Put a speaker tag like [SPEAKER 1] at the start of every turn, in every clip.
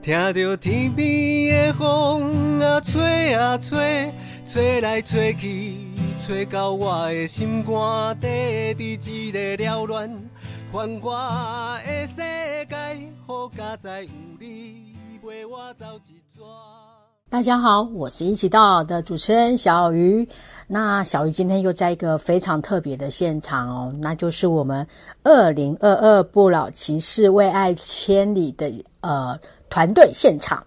[SPEAKER 1] 听着天边的风啊吹啊吹，吹来吹去，吹到我的心肝底，伫一个缭乱繁华的世界，好佳哉有你陪我走一逝。
[SPEAKER 2] 大家好，我是一起到的主持人小鱼。那小鱼今天又在一个非常特别的现场哦，那就是我们二零二二不老骑士为爱千里的呃团队现场。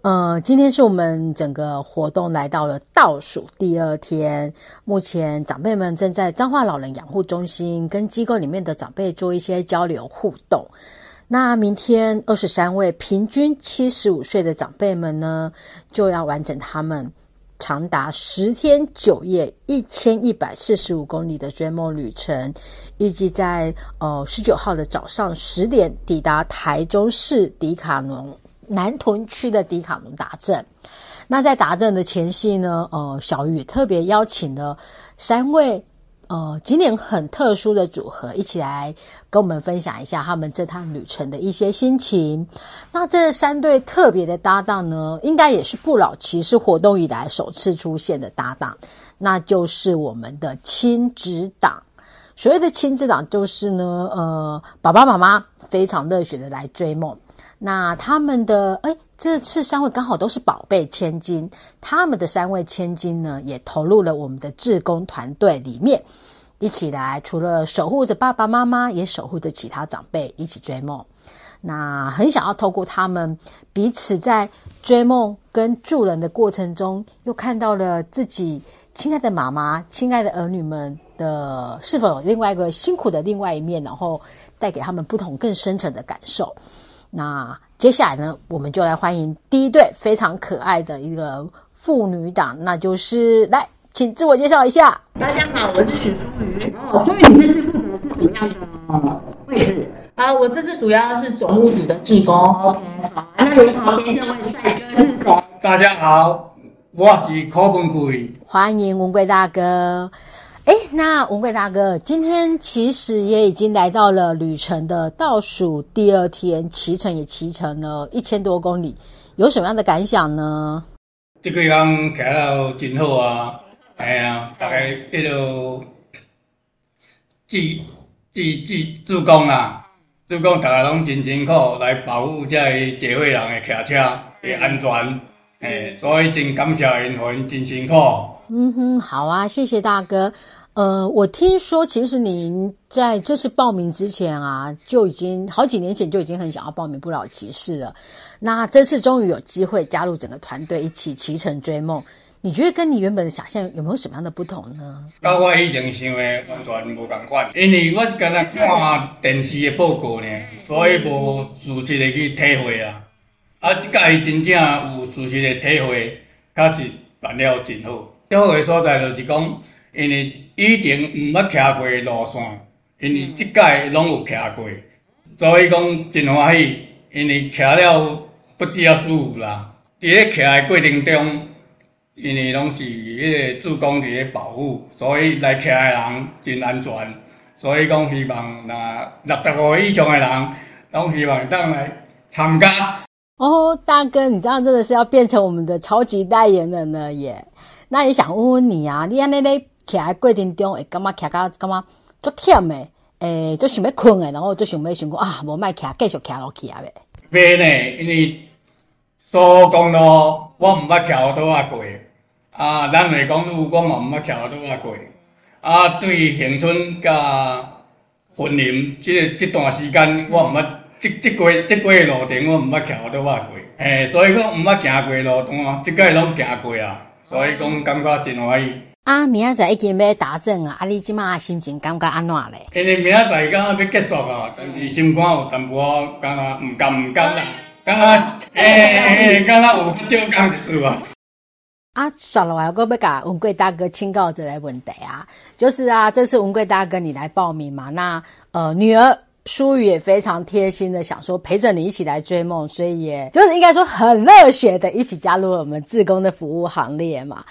[SPEAKER 2] 呃，今天是我们整个活动来到了倒数第二天，目前长辈们正在彰化老人养护中心跟机构里面的长辈做一些交流互动。那明天二十三位平均七十五岁的长辈们呢，就要完整他们长达十天九夜、一千一百四十五公里的追梦旅程，预计在呃十九号的早上十点抵达台中市迪卡侬南屯区的迪卡侬达镇。那在达阵的前夕呢，呃，小雨特别邀请了三位呃今年很特殊的组合，一起来跟我们分享一下他们这趟旅程的一些心情。那这三对特别的搭档呢，应该也是不老骑士活动以来首次出现的搭档，那就是我们的亲子党。所谓的亲子党就是呢，呃，爸爸妈妈非常热血的来追梦。那他们的哎，这次三位刚好都是宝贝千金，他们的三位千金呢，也投入了我们的志工团队里面，一起来，除了守护着爸爸妈妈，也守护着其他长辈，一起追梦。那很想要透过他们彼此在追梦跟助人的过程中，又看到了自己亲爱的妈妈、亲爱的儿女们的是否有另外一个辛苦的另外一面，然后带给他们不同更深层的感受。那接下来呢，我们就来欢迎第一对非常可爱的一个妇女党，那就是来，请自我介绍一下。
[SPEAKER 3] 大家好，我是许淑瑜。哦，淑瑜，你这次负责的是什么样的位置
[SPEAKER 4] 啊，我这次主要是总务组的志工。
[SPEAKER 3] ？OK，好。那你们旁边这位帅哥是谁？
[SPEAKER 5] 大家好，我是柯文贵。
[SPEAKER 2] 欢迎文贵大哥。哎，那文贵大哥，今天其实也已经来到了旅程的倒数第二天，骑乘也骑乘了一千多公里，有什么样的感想呢？
[SPEAKER 5] 这几天行了真好啊，哎呀，大概迄落志志志志工啊，志工大家拢真辛苦来保护遮个社会人的骑车的安全，哎，所以真感谢因，互因真辛苦。
[SPEAKER 2] 嗯哼，好啊，谢谢大哥。呃，我听说其实您在这次报名之前啊，就已经好几年前就已经很想要报名不老骑士了。那这次终于有机会加入整个团队一起骑乘追梦，你觉得跟你原本的想象有没有什么样的不同呢？
[SPEAKER 5] 甲我以前想的完全无共款，因为我敢若看电视的报告呢，所以无实质的去体会啊。啊，即届真正有实质的体会，确实办了真好。最好的所在就是讲，因为以前毋捌徛过的路线，因为即届拢有徛过，所以讲真欢喜，因为徛了不止啊舒服啦。伫咧徛的过程中，因为拢是迄个自工伫咧保护，所以来徛诶人真安全。所以讲，希望若六十五以上诶人，拢希望当来参加。
[SPEAKER 2] 哦，大哥，你这样真的是要变成我们的超级代言人了耶！那也想问问你啊，你安尼咧徛在过程中会感觉徛到感觉足忝的，诶、就想要困的，然后就想要想讲啊，无卖徛，继续徛落去啊呗。
[SPEAKER 5] 袂呢，因为所公路我毋捌徛倒啊过，啊，咱话公路我嘛毋捌徛倒啊过，啊，对恒春甲云林即、个即段时间我毋捌即即过即过的路程我毋捌徛倒啊过，嘿，所以讲毋捌行过的路段，即届拢行过啊，所以讲感觉真欢喜。
[SPEAKER 2] 啊，明仔载已经要打针啊，啊，你即马心情感觉安怎咧？
[SPEAKER 5] 因为明仔载刚要结束啊，但是心肝有淡薄仔，敢若毋甘毋甘啦，敢若诶，嘿敢若有少工事啊。
[SPEAKER 2] 啊，算了，我还要要甲文贵大哥请教一个问题啊，就是啊，这次文贵大哥你来报名嘛，那呃，女儿舒雨也非常贴心的想说陪着你一起来追梦，所以也就是应该说很热血的一起加入了我们志工的服务行列嘛。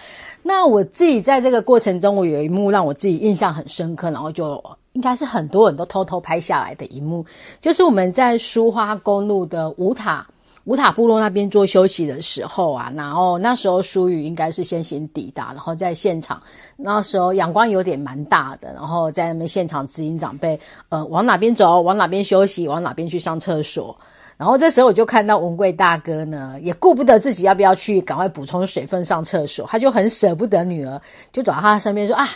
[SPEAKER 2] 那我自己在这个过程中，我有一幕让我自己印象很深刻，然后就应该是很多人都偷偷拍下来的一幕，就是我们在苏花公路的五塔五塔部落那边做休息的时候啊，然后那时候苏雨应该是先行抵达，然后在现场，那时候阳光有点蛮大的，然后在那边现场指引长辈，呃，往哪边走，往哪边休息，往哪边去上厕所。然后这时候我就看到文贵大哥呢，也顾不得自己要不要去赶快补充水分上厕所，他就很舍不得女儿，就走到他身边说啊，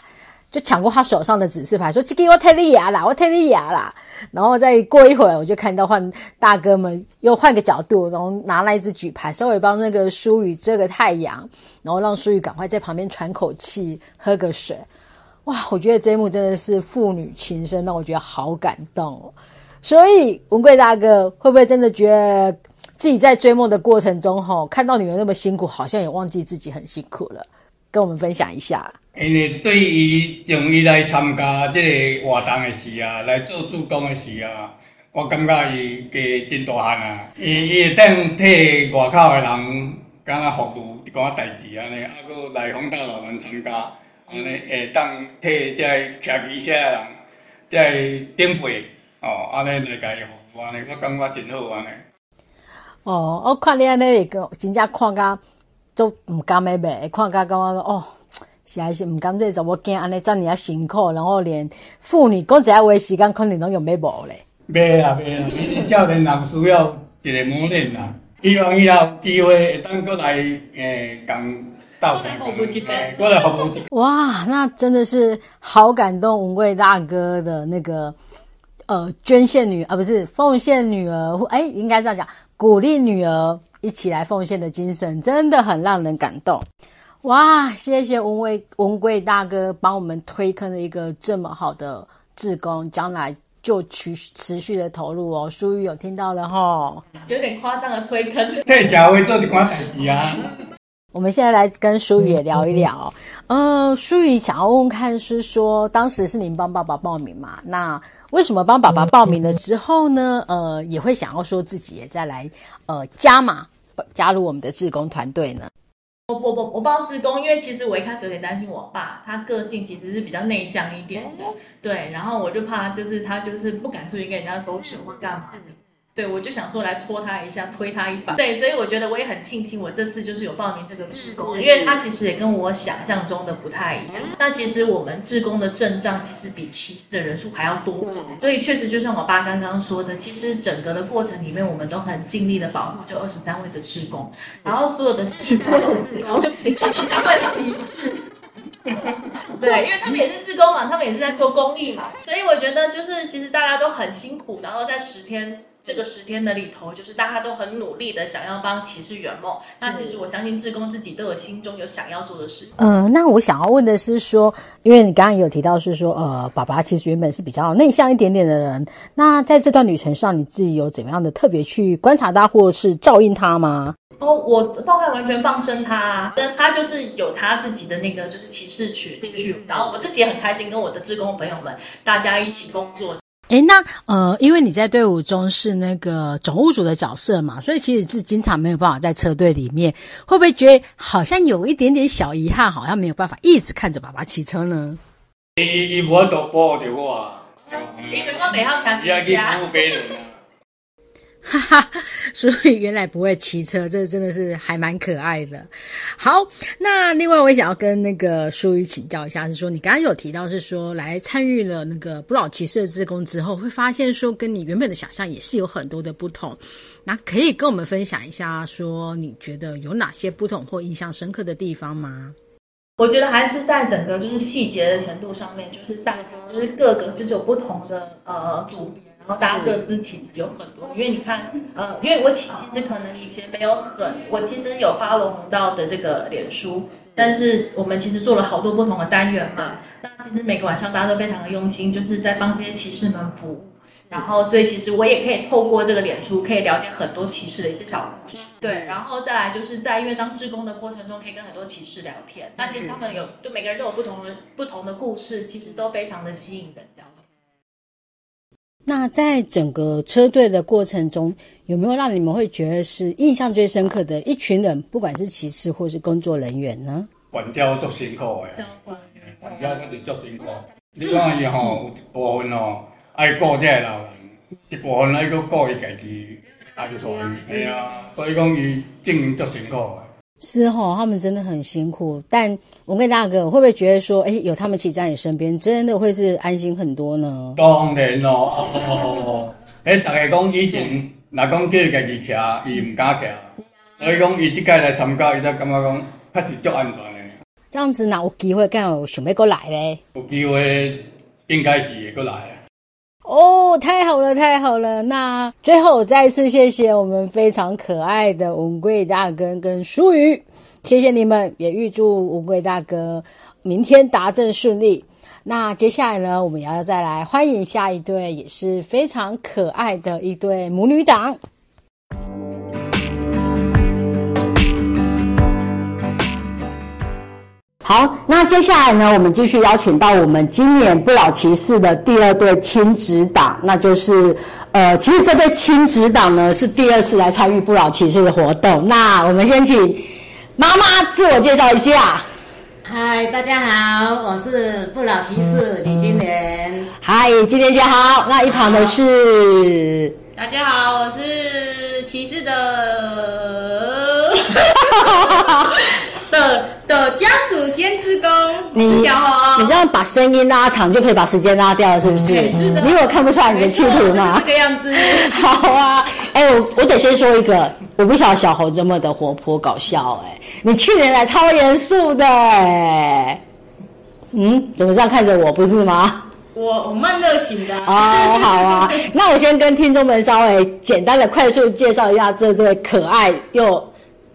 [SPEAKER 2] 就抢过他手上的指示牌说：“这个我泰利亚啦，我泰利亚啦。”然后再过一会儿，我就看到换大哥们又换个角度，然后拿那一只举牌，稍微帮那个舒雨遮个太阳，然后让舒雨赶快在旁边喘口气，喝个水。哇，我觉得这一幕真的是父女情深，让我觉得好感动哦。所以文贵大哥会不会真的觉得自己在追梦的过程中，吼，看到女儿那么辛苦，好像也忘记自己很辛苦了？跟我们分享一下。
[SPEAKER 5] 因为对于从伊来参加即个活动的时啊，来做主讲的时啊，我感觉伊加真大汉啊，伊伊会当替外口的人敢若服务一寡代志安尼，啊，搁来访大老人参加，安尼会当替遮徛旗下的人，遮长辈哦，安尼来家己服务安尼，我感觉真好安尼。
[SPEAKER 2] 哦，我看你安尼个，真正看甲都毋甘的袂，看甲感觉哦，实在是毋甘这查某囝安尼遮尔啊辛苦，然后连妇女讲一下话的时间，可能拢用要无咧。
[SPEAKER 5] 袂啦袂啦，伊是啊少年人需要一个磨练啦。希望以后有机会会当过来诶，共斗阵
[SPEAKER 6] 我来服务一下
[SPEAKER 5] 诶，过来服务一下。
[SPEAKER 2] 哇，那真的是好感动文贵大哥的那个呃捐献女啊，不是奉献女儿，或哎，应该这样讲，鼓励女儿一起来奉献的精神，真的很让人感动。哇，谢谢文贵文贵大哥帮我们推坑了一个这么好的志工，将来就持持续的投入哦。淑玉有听到了吼。
[SPEAKER 6] 有点夸张的推坑。
[SPEAKER 5] 替社会做一寡代志啊。
[SPEAKER 2] 我们现在来跟舒雨也聊一聊。呃，舒雨想要问问看，是说当时是您帮爸爸报名嘛？那为什么帮爸爸报名了之后呢？呃，也会想要说自己也再来呃加码加入我们的志工团队呢？
[SPEAKER 6] 我我我我帮志工，因为其实我一开始有点担心我爸，他个性其实是比较内向一点的，对，然后我就怕就是他就是不敢出去跟人家 social 或干嘛的，对我就想说来戳他一下，推他一把，对，所以我觉得我也很庆幸我这次就是有报名这个志工，因为他其实也跟我想象中的不太一样。那其实我们志工的阵仗其实比骑士的人数还要多，所以确实就像我爸刚刚说的，其实整个的过程里面我们都很尽力的保护这二十三位的志工。然后所有的事情都是自工，就是他们歧 视。对，因为他们也是自工嘛，他们也是在做公益嘛，所以我觉得就是其实大家都很辛苦，然后在十天这个十天的里头，就是大家都很努力的想要帮骑士圆梦。那其实我相信志工自己都有心中有想要做的事情。
[SPEAKER 2] 呃，那我想要问的是说，因为你刚刚有提到是说，呃，爸爸其实原本是比较内向一点点的人，那在这段旅程上，你自己有怎么样的特别去观察他，或是照应他吗？
[SPEAKER 6] 哦，我倒还完全放生他、啊，但他就是有他自己的那个就是骑士曲进去，然后我自己也很开心，跟我的志工朋友们大家一起工作，
[SPEAKER 2] 诶，那呃，因为你在队伍中是那个总务组的角色嘛，所以其实是经常没有办法在车队里面，会不会觉得好像有一点点小遗憾，好像没有办法一直看着爸爸骑车呢？
[SPEAKER 5] 伊伊伊无法度保护着我啊，
[SPEAKER 6] 因为我每趟看
[SPEAKER 5] 伊要去
[SPEAKER 6] 家。
[SPEAKER 5] 服务别人啊。
[SPEAKER 2] 哈哈，所以原来不会骑车，这真的是还蛮可爱的。好，那另外我也想要跟那个淑宇请教一下，是说你刚刚有提到是说来参与了那个不老骑士的志工之后，会发现说跟你原本的想象也是有很多的不同。那可以跟我们分享一下，说你觉得有哪些不同或印象深刻的地方吗？
[SPEAKER 6] 我觉得还是在整个就是细节的程度上面，就是大家就是各个就是有不同的呃组别，然后大家各司其职有很多。因为你看，呃，因为我其其实可能以前没有很，我其实有发龙红道的这个脸书，但是我们其实做了好多不同的单元嘛。那其实每个晚上大家都非常的用心，就是在帮这些骑士们服务。然后，所以其实我也可以透过这个脸书，可以了解很多骑士的一些小故事。
[SPEAKER 2] 嗯
[SPEAKER 6] 对，然后再来就是在因为当志工的过程中，可以跟很多骑士聊天。那其实他们有，就每个人都有不同的不同的故事，其实都非常的吸引人。这样，
[SPEAKER 2] 那在整个车队的过程中，有没有让你们会觉得是印象最深刻的一群人，不管是骑士或是工作人员呢？
[SPEAKER 5] 援交足辛苦啊诶，援交肯定足辛苦。你看伊吼，有一部分吼爱顾这个老人，一部分爱搁顾伊家己啊就错伊，哎啊，所以讲伊经营足辛苦的。
[SPEAKER 7] 是吼、他们真的很辛苦。但我跟大哥，会不会觉得说，哎，有他们骑在你身边，真的会是安心很多呢？
[SPEAKER 5] 当然咯、哦，哦哦哦，迄逐个讲以前，若讲叫伊家己徛，伊毋敢徛，所以讲伊即届来参加，伊才感觉讲确实足安全的。
[SPEAKER 7] 这样子哪有机会，干有想要过来嘞？
[SPEAKER 5] 有机会应该是会过来的。
[SPEAKER 7] 哦，太好了，太好了！那最后我再次谢谢我们非常可爱的文贵大哥跟淑瑜，谢谢你们，也预祝文贵大哥明天达阵顺利。那接下来呢，我们也要再来欢迎下一对，也是非常可爱的一对母女档。
[SPEAKER 2] 好，那接下来呢，我们继续邀请到我们今年不老骑士的第二对亲子党，那就是呃，其实这对亲子党呢是第二次来参与不老骑士的活动。那我们先请妈妈自我介绍一下。
[SPEAKER 8] 嗨，大家好，我是不老骑士李金莲。
[SPEAKER 2] 嗨，今天姐好。那一旁的是
[SPEAKER 9] 大家好，我是骑士的的的家属兼职工，
[SPEAKER 8] 啊
[SPEAKER 2] 你，
[SPEAKER 9] 是小红
[SPEAKER 2] 你这样把声音拉长就可以把时间拉掉了，是不是？
[SPEAKER 8] 嗯
[SPEAKER 9] 是的
[SPEAKER 2] 你有看不出来你的企图 吗？
[SPEAKER 9] 这个样子。
[SPEAKER 2] 好啊，哎、我我得先说一个，我不晓得小猴这么的活泼搞笑、哎，你去年来超严肃的、哎，嗯，怎么这样看着我，不是吗？
[SPEAKER 9] 我我慢热型的、，
[SPEAKER 2] 哦，好啊那我先跟听众们稍微简单的、快速介绍一下这对可爱又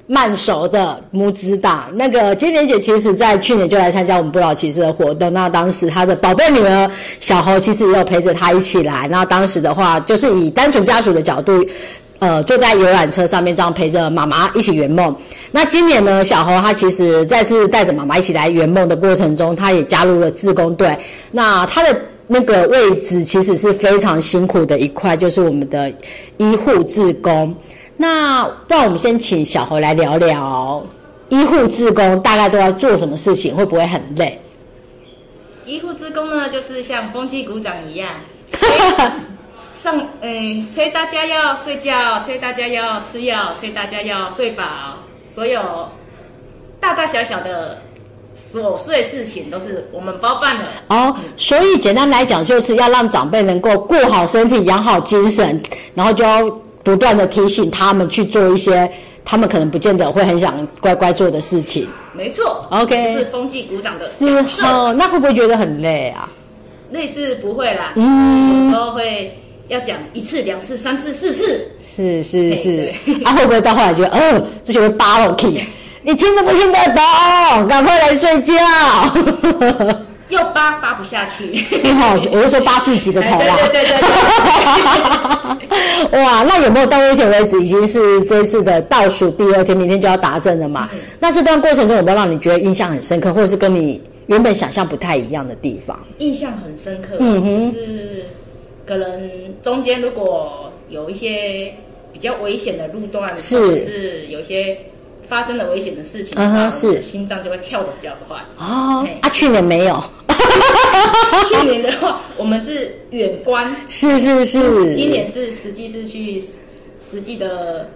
[SPEAKER 2] 慢熟的母子档。那个金莲姐其实，在去年就来参加我们不老骑士的活动，那当时她的宝贝女儿小猴其实也有陪着她一起来。那当时的话，就是以单纯家属的角度。呃，坐在游览车上面，这样陪着妈妈一起圆梦。那今年呢，小猴他其实再次带着妈妈一起来圆梦的过程中，他也加入了自工队。那他的那个位置其实是非常辛苦的一块，就是我们的医护志工。那不然我们先请小侯来聊聊医护志工大概都要做什么事情，会不会很累？
[SPEAKER 9] 医护职工呢，就是像风纪股长 一样，催上诶、催大家要睡觉，催大家要吃药，催大家要睡饱，所有大大小小的琐碎事情都是我们包办的。
[SPEAKER 2] 哦，所以简单来讲，就是要让长辈能够顾好身体、养好精神，然后就要不断的提醒他们去做一些他们可能不见得会很想乖乖做的事情。
[SPEAKER 9] 没错
[SPEAKER 2] OK
[SPEAKER 9] 就是风纪股长的
[SPEAKER 2] 是
[SPEAKER 9] 角色
[SPEAKER 2] 哦，那会不会觉得很累啊？
[SPEAKER 9] 类似不会啦，
[SPEAKER 2] 嗯
[SPEAKER 9] 有时候会要讲一次、两次、三次、四次，
[SPEAKER 2] 是是
[SPEAKER 9] 对
[SPEAKER 2] 是
[SPEAKER 9] 对，
[SPEAKER 2] 啊，会不会到后来觉得，哦，这就会扒了 k 你听都不听得懂，赶快来睡觉。
[SPEAKER 9] 又扒扒不下去。
[SPEAKER 2] 是哈，我是说扒自己的头啊啦。
[SPEAKER 9] 哎对对对对
[SPEAKER 2] 哇，那有没有到目前为止已经是这次的倒数第二天，明天就要达阵了嘛？
[SPEAKER 9] 嗯
[SPEAKER 2] 那这段过程中有没有让你觉得印象很深刻，或者是跟你原本想象不太一样的地方？
[SPEAKER 9] 印象很深刻，
[SPEAKER 2] 嗯哼
[SPEAKER 9] 就是可能中间如果有一些比较危险的路段，
[SPEAKER 2] 是
[SPEAKER 9] 或者是有一些发生了危险的事情，
[SPEAKER 2] 嗯哼
[SPEAKER 9] 然后
[SPEAKER 2] 是
[SPEAKER 9] 心脏就会跳得比较快。
[SPEAKER 2] 哦
[SPEAKER 9] 嘿，
[SPEAKER 2] 啊，去年没有，
[SPEAKER 9] 去年的话，我们是远观，
[SPEAKER 2] 是是是，
[SPEAKER 9] 今年是实际是去实际的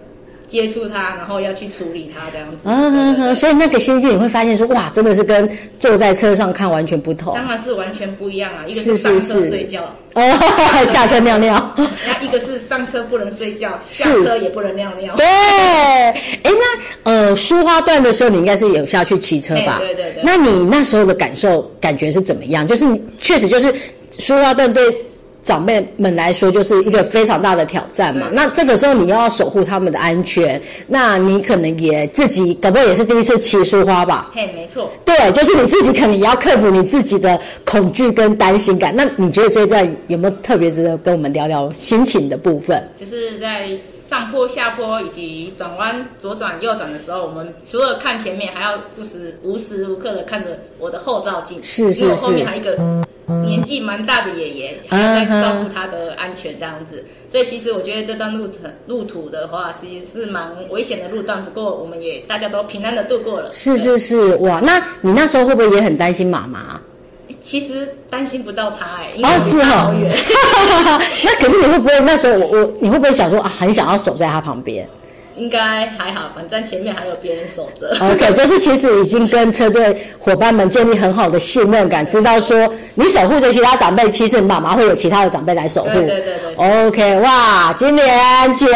[SPEAKER 9] 接触它，然后要去处理它这样子。
[SPEAKER 2] 嗯
[SPEAKER 9] 对对对
[SPEAKER 2] 嗯，所以那个心境你会发现说，哇，真的是跟坐在车上看完全不同。
[SPEAKER 9] 当然是完全不一样啊，一个
[SPEAKER 2] 是
[SPEAKER 9] 是上
[SPEAKER 2] 是是
[SPEAKER 9] 车睡觉，
[SPEAKER 2] 哦， 下车尿尿。
[SPEAKER 9] 那一个是上车不能睡觉，
[SPEAKER 2] 是
[SPEAKER 9] 下车也不能尿 尿
[SPEAKER 2] 对，。哎，那呃，苏花段的时候，你应该是有下去骑车吧？
[SPEAKER 9] 哎对对对
[SPEAKER 2] 那你那时候的感受感觉是怎么样？就是你确实就是苏花段对长辈们来说就是一个非常大的挑战嘛。
[SPEAKER 9] 对
[SPEAKER 2] 那这个时候你又要守护他们的安全，那你可能也自己搞不好也是第一次骑苏花吧？
[SPEAKER 9] 嘿，没错，
[SPEAKER 2] 对，就是你自己可能也要克服你自己的恐惧跟担心感。那你觉得这一段有没有特别值得跟我们聊聊心情的部分？
[SPEAKER 9] 就是在上坡、下坡以及转弯、左转、右转的时候，我们除了看前面，还要不时无时无刻的看着我的后照镜，
[SPEAKER 2] 是是
[SPEAKER 9] 因为我后
[SPEAKER 2] 是嗯
[SPEAKER 9] 面还有一个年纪蛮大的爷爷，还要在照顾他的安全这样子。所以其实我觉得这段路程路途的话，其实是蛮危险的路段，不过我们也大家都平安的度过了。
[SPEAKER 2] 是是是，哇，那你那时候会不会也很担心妈妈？
[SPEAKER 9] 对，
[SPEAKER 10] 其实担心不到他
[SPEAKER 9] 欸
[SPEAKER 10] 哎、因为
[SPEAKER 2] 哦，
[SPEAKER 10] 离
[SPEAKER 2] 是
[SPEAKER 10] 他
[SPEAKER 2] 哦
[SPEAKER 10] 好远。。
[SPEAKER 2] 那可是你会不会那时候我我你会不会想说啊，很想要守在他旁边
[SPEAKER 10] 应该还好，反正前面还有别人守着。
[SPEAKER 2] ？OK，就是其实已经跟车队伙伴们建立很好的信任感，知道说你守护着其他长辈，其实妈妈会有其他的长辈来守护。
[SPEAKER 10] 对对对对
[SPEAKER 2] OK，哇，金莲姐，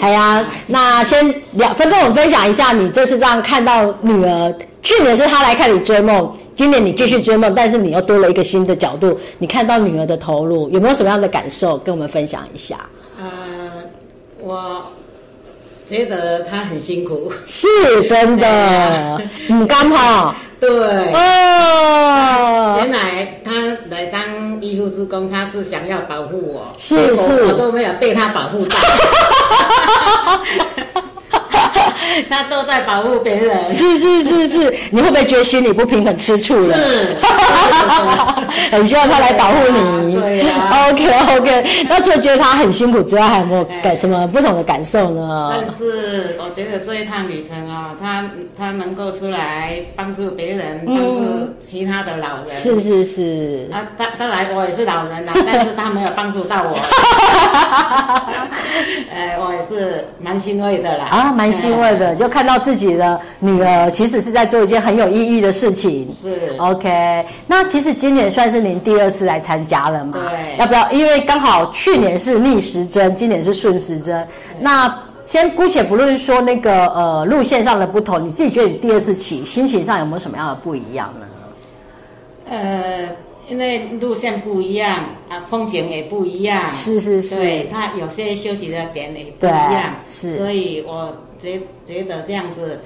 [SPEAKER 2] 哎呀，那先聊，分跟我们分享一下，你这次这样看到女儿，去年是她来看你追梦，今年你继续追梦，但是你又多了一个新的角度，你看到女儿的投入，有没有什么样的感受，跟我们分享一下？
[SPEAKER 11] 呃，我觉得他很辛苦，
[SPEAKER 2] 是真 的，唔甘哈，
[SPEAKER 11] 对。
[SPEAKER 2] 哦
[SPEAKER 11] 原，来他来当医护职工，他是想要保护我，
[SPEAKER 2] 是
[SPEAKER 11] 结果
[SPEAKER 2] 是
[SPEAKER 11] 我都没有被他保 护到，他都在保护别人，是
[SPEAKER 2] 是是是是，你会不会觉得心里不平衡、吃醋了？ 很希望他来保护你。
[SPEAKER 11] 对呀
[SPEAKER 2] OK OK，那除了觉得他很辛苦之外，还有没有感
[SPEAKER 11] 哎
[SPEAKER 2] 什么不同的感受呢
[SPEAKER 11] 但？是我觉得这一趟旅程哦，他他能够出来帮助别人，帮助其他的老人，
[SPEAKER 2] 嗯是是是，
[SPEAKER 11] 啊，当当然我也是老 人啦，啊但是他没有帮助到我，哎，我也是蛮欣慰的啦。呃
[SPEAKER 2] 啊，蛮欣慰的，就看到自己的女儿其实是在做一件很有意义的事情。
[SPEAKER 11] 是
[SPEAKER 2] OK，那其实今年算是您第二次来参加了嘛？
[SPEAKER 11] 对
[SPEAKER 2] 要不要？因为刚好去年是逆时针，今年是顺时针。那先姑且不论说那个呃路线上的不同，你自己觉得你第二次骑心情上有没有什么样的不一样呢？
[SPEAKER 11] 呃，因为路线不一样啊，风景也不一样，
[SPEAKER 2] 是是是
[SPEAKER 11] 对，它有些休息的点也不一样，
[SPEAKER 2] 对是
[SPEAKER 11] 所以我觉觉得这样子，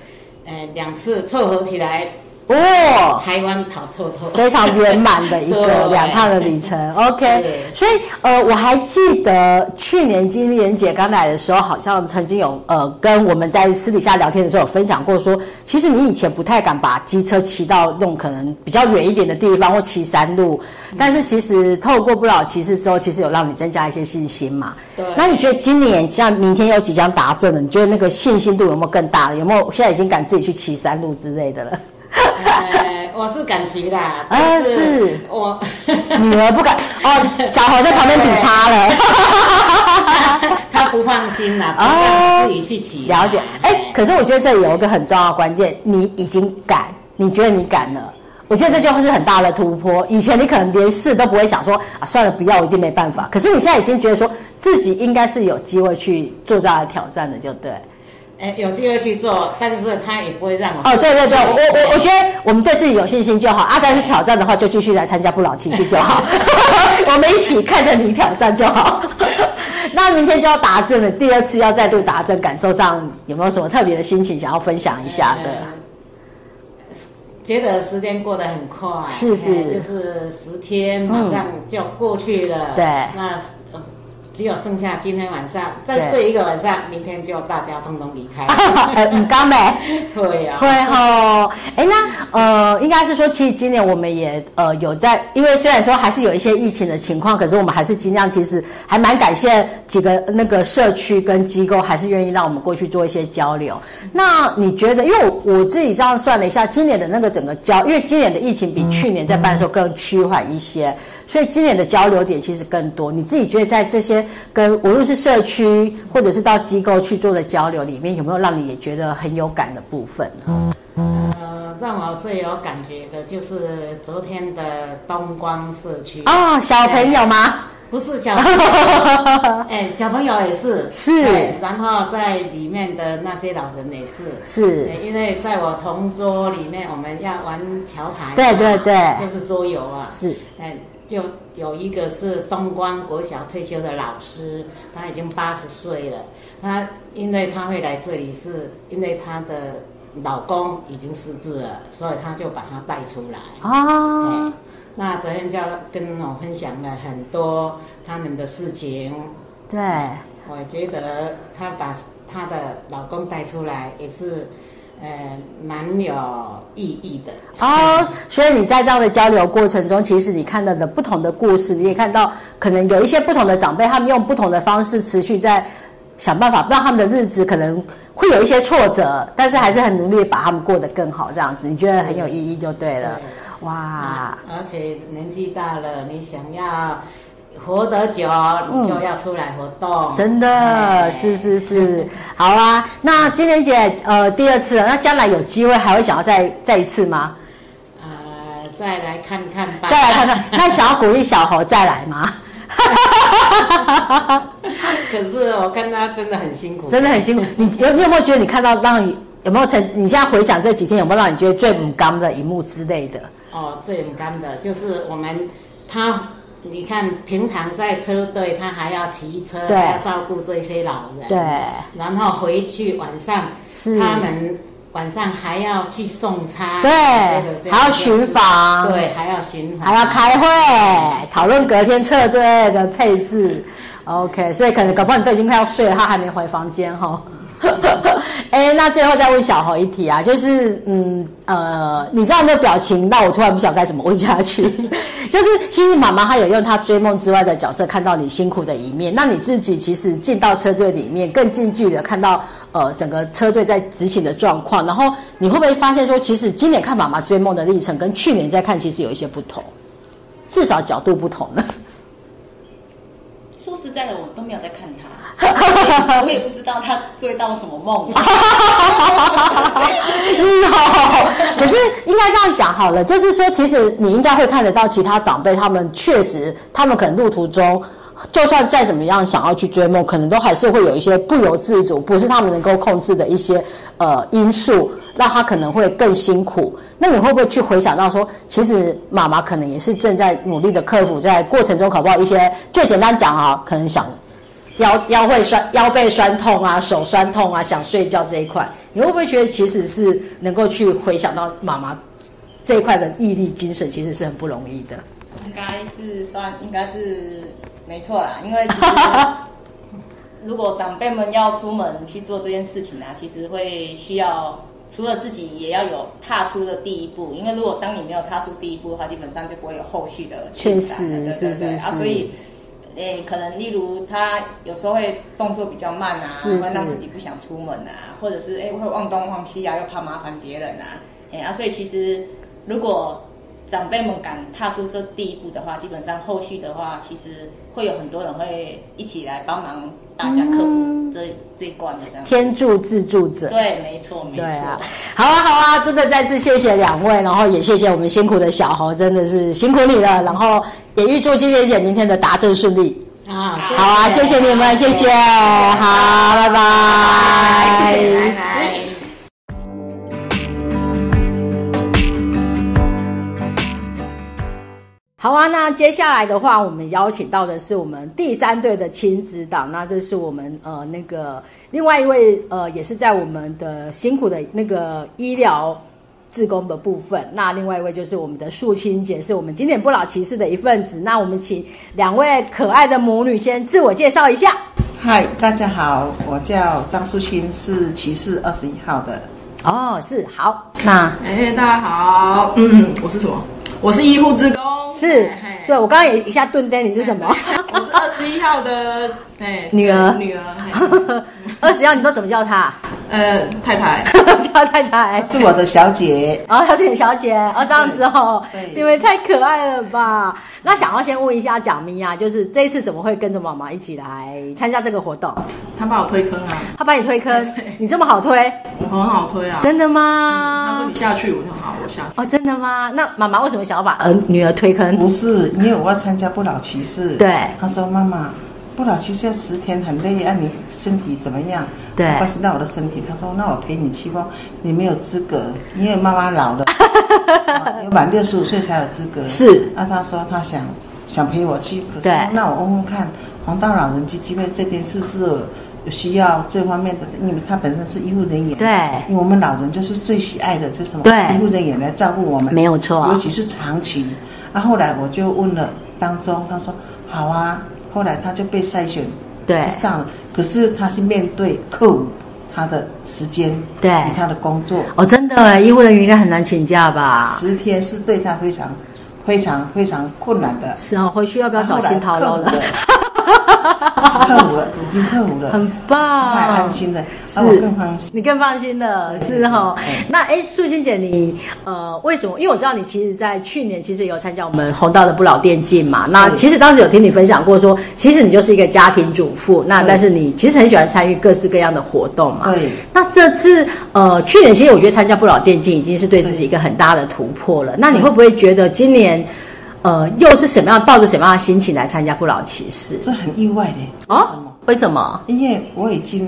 [SPEAKER 11] 呃，两次凑合起来，
[SPEAKER 2] 哦，
[SPEAKER 11] 台湾跑透透，
[SPEAKER 2] 非常圆满的一个
[SPEAKER 11] 对
[SPEAKER 2] 两趟的旅程。OK，
[SPEAKER 11] 是
[SPEAKER 2] 所以呃，我还记得去年金莲姐刚来的时候，好像曾经有呃跟我们在私底下聊天的时候有分享过说，其实你以前不太敢把机车骑到那种可能比较远一点的地方或骑山路，
[SPEAKER 11] 嗯
[SPEAKER 2] 但是其实透过不老骑士之后，其实有让你增加一些信心嘛。
[SPEAKER 11] 对
[SPEAKER 2] 那你觉得今年像明天又即将达阵了，你觉得那个信心度有没有更大了？有没有现在已经敢自己去骑山路之类的了？
[SPEAKER 11] 呃，我是敢骑啦，
[SPEAKER 2] 啊
[SPEAKER 11] 但
[SPEAKER 2] 是
[SPEAKER 11] 我
[SPEAKER 2] 女儿不敢哦，小孩在旁边比叉了。
[SPEAKER 11] 他不放心啦，不
[SPEAKER 2] 哦
[SPEAKER 11] 让我自己去骑啦，
[SPEAKER 2] 了解，哎，可是我觉得这里有一个很重要的关键，你已经敢，你觉得你敢了。我觉得这就是很大的突破。以前你可能连试都不会想说啊，算了，不要，我一定没办法。可是你现在已经觉得说自己应该是有机会去做这样的挑战的，就对。
[SPEAKER 11] 哎，有机会去做，但是他也不会让我
[SPEAKER 2] 哦，对对对，我我我觉
[SPEAKER 11] 得
[SPEAKER 2] 得我们对自己有信心就好啊，但是挑战的话就继续来参加不老情绪就好，我们一起看着你挑战就好。 那明天就要达阵了，第二次要再度达阵，感受上有没有什么特别的心情想要分享一下的？
[SPEAKER 11] 哎觉得时间过得很快，
[SPEAKER 2] 是是嗯
[SPEAKER 11] 哎就是十天马上就过去了。
[SPEAKER 2] 对
[SPEAKER 11] 那呃只有剩下今天晚上再
[SPEAKER 2] 对。
[SPEAKER 11] 睡一个晚上，明天就大家通通离开
[SPEAKER 2] 呃，你刚没？
[SPEAKER 11] 会啊，
[SPEAKER 2] 会吼，哎，那呃，应该是说，其实今年我们也呃有在，因为虽然说还是有一些疫情的情况，可是我们还是尽量，其实还蛮感谢几个那个社区跟机构，还是愿意让我们过去做一些交流。那你觉得，因为我我自己这样算了一下，今年的那个整个交，因为今年的疫情比去年在办的时候更趋缓一些，所以今年的交流点其实更多。你自己觉得在这些跟无论是社区或者是到机构去做的交流里面，有没有让你也觉得很有感的部分呢？
[SPEAKER 11] 呃，让我最有感觉的就是昨天的东光社区，
[SPEAKER 2] 哦，小朋友吗？
[SPEAKER 11] 不是小朋友，哎，小朋友也是
[SPEAKER 2] 是
[SPEAKER 11] 哎然后在里面的那些老人也是，哎
[SPEAKER 2] 是
[SPEAKER 11] 对因为在我同桌里面，我们要玩桥牌嘛，
[SPEAKER 2] 对对对
[SPEAKER 11] 就是桌游啊。
[SPEAKER 2] 是，
[SPEAKER 11] 哎，就有一个是东光国小退休的老师，他已经八十岁了。他因为他会来这里是，因为他的老公已经失智了，所以他就把他带出来。
[SPEAKER 2] 哦
[SPEAKER 11] 哎，那昨天就跟我分享了很多他们的事情，
[SPEAKER 2] 对，
[SPEAKER 11] 我觉得她把她的老公带出来也是，呃，蛮有意义的。
[SPEAKER 2] 哦，所以你在这样的交流过程中，其实你看到的不同的故事，你也看到可能有一些不同的长辈，他们用不同的方式持续在想办法让他们的日子可能会有一些挫折，但是还是很努力地把他们过得更好，这样子，你觉得很有意义就对了。嗯
[SPEAKER 12] 哇，
[SPEAKER 11] 啊而且年纪大了，你想要活得久，你就要出来活动。
[SPEAKER 2] 真的
[SPEAKER 11] 哎
[SPEAKER 2] 是是是，好啦，那金莲姐，呃，第二次了，那将来有机会还会想要再再一次吗？
[SPEAKER 11] 呃，再来看看 吧。
[SPEAKER 2] 再来看看，那想要鼓励小猴再来吗？
[SPEAKER 11] 可是我看他真的很辛苦，
[SPEAKER 2] 真的很辛苦。你有你有没有觉得你看到让你有没有成？你现在回想这几天有没有让你觉得最不甘的一幕之类的？
[SPEAKER 11] 哦，最勇敢的就是我们他，你看平常在车队，他还要骑车，
[SPEAKER 2] 对
[SPEAKER 11] 还要照顾这些老人，
[SPEAKER 2] 对，
[SPEAKER 11] 然后回去晚上
[SPEAKER 2] 是
[SPEAKER 11] 他们。晚上还要去送餐，
[SPEAKER 2] 对
[SPEAKER 11] 这个这样
[SPEAKER 2] 还要巡房
[SPEAKER 11] 对，还要巡房，
[SPEAKER 2] 还要开会讨论隔天撤队的配置。OK，所以可能搞不好你都已经快要睡了，他还没回房间哈。 哎、那最后再问小侯一题啊，就是嗯呃，你知道那表情，那我突然不晓得该怎么问下去。 就是其实妈妈她有用她追梦之外的角色看到你辛苦的一面，那你自己其实进到车队里面，更近距离的看到呃整个车队在执行的状况，然后你会不会发现说，其实今年看妈妈追梦的历程跟去年在看其实有一些不同，至少角度不同 呢？
[SPEAKER 13] 说实在的，我都没有在看他，我也不知道他追到什么梦。啊
[SPEAKER 2] 有，可是应该这样讲好了，就是说，其实你应该会看得到其他长辈，他们确实，他们可能路途中，就算再怎么样想要去追梦，可能都还是会有一些不由自主，不是他们能够控制的一些呃因素，让他可能会更辛苦。那你会不会去回想到说，其实妈妈可能也是正在努力的克服，在过程中搞不好一些最简单讲啊，可能想腰腰会酸、腰背酸痛啊、手酸痛啊、想睡觉这一块，你会不会觉得其实是能够去回想到妈妈这一块的毅力精神，其实是很不容易的。
[SPEAKER 13] 应该是算，应该是没错啦，因为其 实如果长辈们要出门去做这件事情啊，其实会需要除了自己也要有踏出的第一步，因为如果当你没有踏出第一步的话，基本上就不会有后续的进展了
[SPEAKER 2] 确实
[SPEAKER 13] 对对
[SPEAKER 2] 是
[SPEAKER 13] 对
[SPEAKER 2] 是
[SPEAKER 13] 啊，
[SPEAKER 2] 是
[SPEAKER 13] 所以。诶、可能例如他有时候会动作比较慢啊，
[SPEAKER 2] 是
[SPEAKER 13] 会让
[SPEAKER 2] 是
[SPEAKER 13] 自己不想出门啊，或者是诶、会忘东忘西啊，又怕麻烦别人啊，诶、啊，所以其实如果长辈们敢踏出这第一步的话，基本上后续的话，其实会有很多人会一起来帮忙大家克服这、这一关的这样。
[SPEAKER 2] 嗯天助自助者。
[SPEAKER 13] 对，没错，没
[SPEAKER 2] 对
[SPEAKER 13] 错。
[SPEAKER 2] 啊，好啊，好啊，真的再次谢谢两位，然后也谢谢我们辛苦的小侯，真的是辛苦你了，然后也预祝金莲姐明天的答正顺利。
[SPEAKER 11] 啊，是
[SPEAKER 2] 好啊，谢谢你们，谢谢，好，拜拜。
[SPEAKER 11] 拜拜。
[SPEAKER 2] 好啊，那接下来的话，我们邀请到的是我们第三队的亲子党，那这是我们呃那个另外一位呃也是在我们的辛苦的那个医疗志工的部分，那另外一位就是我们的素清姐，是我们经典不老骑士的一份子。那我们请两位可爱的母女先自我介绍一下。
[SPEAKER 14] 嗨，大家好，我叫张淑清，是骑士二十一号的。
[SPEAKER 2] 哦，是好，那
[SPEAKER 9] 哎、大家好，嗯，我是什么？我是医护职工，
[SPEAKER 2] 是
[SPEAKER 9] 哎
[SPEAKER 2] 对我刚刚也一下顿呆，你是什么？
[SPEAKER 9] 我是二十一号的，哎，
[SPEAKER 2] 女儿
[SPEAKER 9] 女儿，嘿
[SPEAKER 2] 二十幺，你都怎么叫她？
[SPEAKER 9] 呃，太太，
[SPEAKER 2] 叫太哎太，
[SPEAKER 14] 是我的小姐，
[SPEAKER 2] 哦，她是你小姐哦，这样子哦
[SPEAKER 14] 对，对
[SPEAKER 2] 你们太可爱了吧？那想要先问一下蒋咪啊，就是这一次怎么会跟着妈妈一起来参加这个活动？
[SPEAKER 9] 她把我推坑啊，
[SPEAKER 2] 她把你推坑，你这么好推，
[SPEAKER 9] 我很好推啊，
[SPEAKER 2] 真的
[SPEAKER 9] 她说
[SPEAKER 2] 吗
[SPEAKER 9] 你？下去，我说好，我下。
[SPEAKER 2] 哦，真的吗？那妈妈为什么想要把儿女儿推坑？
[SPEAKER 14] 不是，因为我要参加不老骑士。
[SPEAKER 2] 对
[SPEAKER 14] 她说妈妈，不老骑士要十天很累啊，你身体怎么样？
[SPEAKER 2] 对
[SPEAKER 14] 我关心到我的身体。她说那我陪你去吧，你没有资格，因为妈妈 老了，啊要满六十五岁才有资格。
[SPEAKER 2] 是
[SPEAKER 14] 啊，她说她想想陪我去，可是
[SPEAKER 2] 对
[SPEAKER 14] 那我问问看，红道老人基金会这边是不是有有需要这方面的？因为她本身是医护人员。
[SPEAKER 2] 对
[SPEAKER 14] 因为我们老人就是最喜爱的，就是什么？
[SPEAKER 2] 对
[SPEAKER 14] 医护人员来照顾我们。
[SPEAKER 2] 没有错
[SPEAKER 14] 尤其是长期。啊，后来我就问了当中，他说好啊。后来他就被筛选，
[SPEAKER 2] 对
[SPEAKER 14] 就上了。可是他是面对客户，他的时间，
[SPEAKER 2] 对
[SPEAKER 14] 与他的工作，
[SPEAKER 2] 哦，真的，医护人员应该很难请假吧？
[SPEAKER 14] 十天是对他非常、非常、非常困难的。
[SPEAKER 2] 是哦，回去要不要
[SPEAKER 14] 然后
[SPEAKER 2] 找
[SPEAKER 14] 来
[SPEAKER 2] 新
[SPEAKER 14] 客
[SPEAKER 2] 桃
[SPEAKER 14] 户
[SPEAKER 2] 楼了
[SPEAKER 14] 的？克服了，已经克服了，
[SPEAKER 2] 很
[SPEAKER 14] 我还
[SPEAKER 2] 棒
[SPEAKER 14] 安。心了，啊
[SPEAKER 2] 是
[SPEAKER 14] 让我更放心。嗯
[SPEAKER 2] 你更放心了，是哈。那哎，素心姐，你呃，为什么？因为我知道你其实，在去年其实也有参加我们红道的不老电竞嘛。那
[SPEAKER 14] 对
[SPEAKER 2] 其实当时有听你分享过说，其实你就是一个家庭主妇，那
[SPEAKER 14] 对
[SPEAKER 2] 但是你其实很喜欢参与各式各样的活动嘛。
[SPEAKER 14] 对。
[SPEAKER 2] 那这次呃，去年其实我觉得参加不老电竞已经是对自己一个很大的突破了。那你会不会觉得今年呃，又是什么样抱着什么样的心情来参加不老骑士？
[SPEAKER 14] 这很意外的，
[SPEAKER 2] 哦，为什么？
[SPEAKER 14] 因为我已经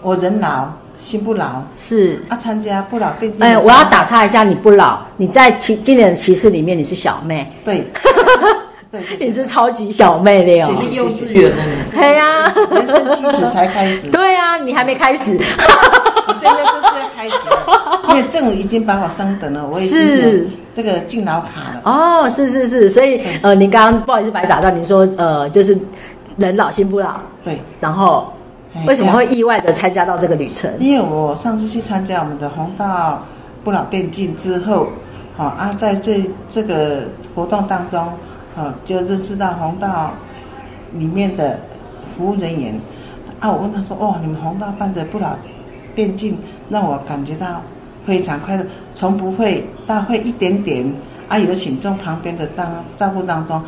[SPEAKER 14] 我人老心不老，
[SPEAKER 2] 是
[SPEAKER 14] 啊，参加不老电竞。
[SPEAKER 2] 哎，我要打岔一下，你不老，你在骑今年的骑士里面你是小妹，
[SPEAKER 14] 对，对对
[SPEAKER 2] 你是超级小妹的哟。
[SPEAKER 14] 是
[SPEAKER 11] 幼稚园呢，
[SPEAKER 2] 对呀、
[SPEAKER 14] 人生七十才开始，
[SPEAKER 2] 对呀、你还没开始。
[SPEAKER 14] 现在就是要开始了，因为政府已经把我升等了，我已经
[SPEAKER 2] 是
[SPEAKER 14] 有这个敬老卡了。
[SPEAKER 2] 哦，是是是，所以呃，您刚刚不好意思把你打断，你说呃，就是人老心不老，
[SPEAKER 14] 对，
[SPEAKER 2] 然后
[SPEAKER 14] 哎
[SPEAKER 2] 为什么
[SPEAKER 14] 这
[SPEAKER 2] 会
[SPEAKER 14] 样
[SPEAKER 2] 意外的参加到这个旅程？
[SPEAKER 14] 因为我上次去参加我们的红道不老电竞之后，好啊，在这这个活动当中，啊，就认识到红道里面的服务人员。啊，我问他说：“哦，你们红道办的不老电竞，让我感觉到非常快乐，从不会到会一点点。”啊，有请众旁边的当照顾当中，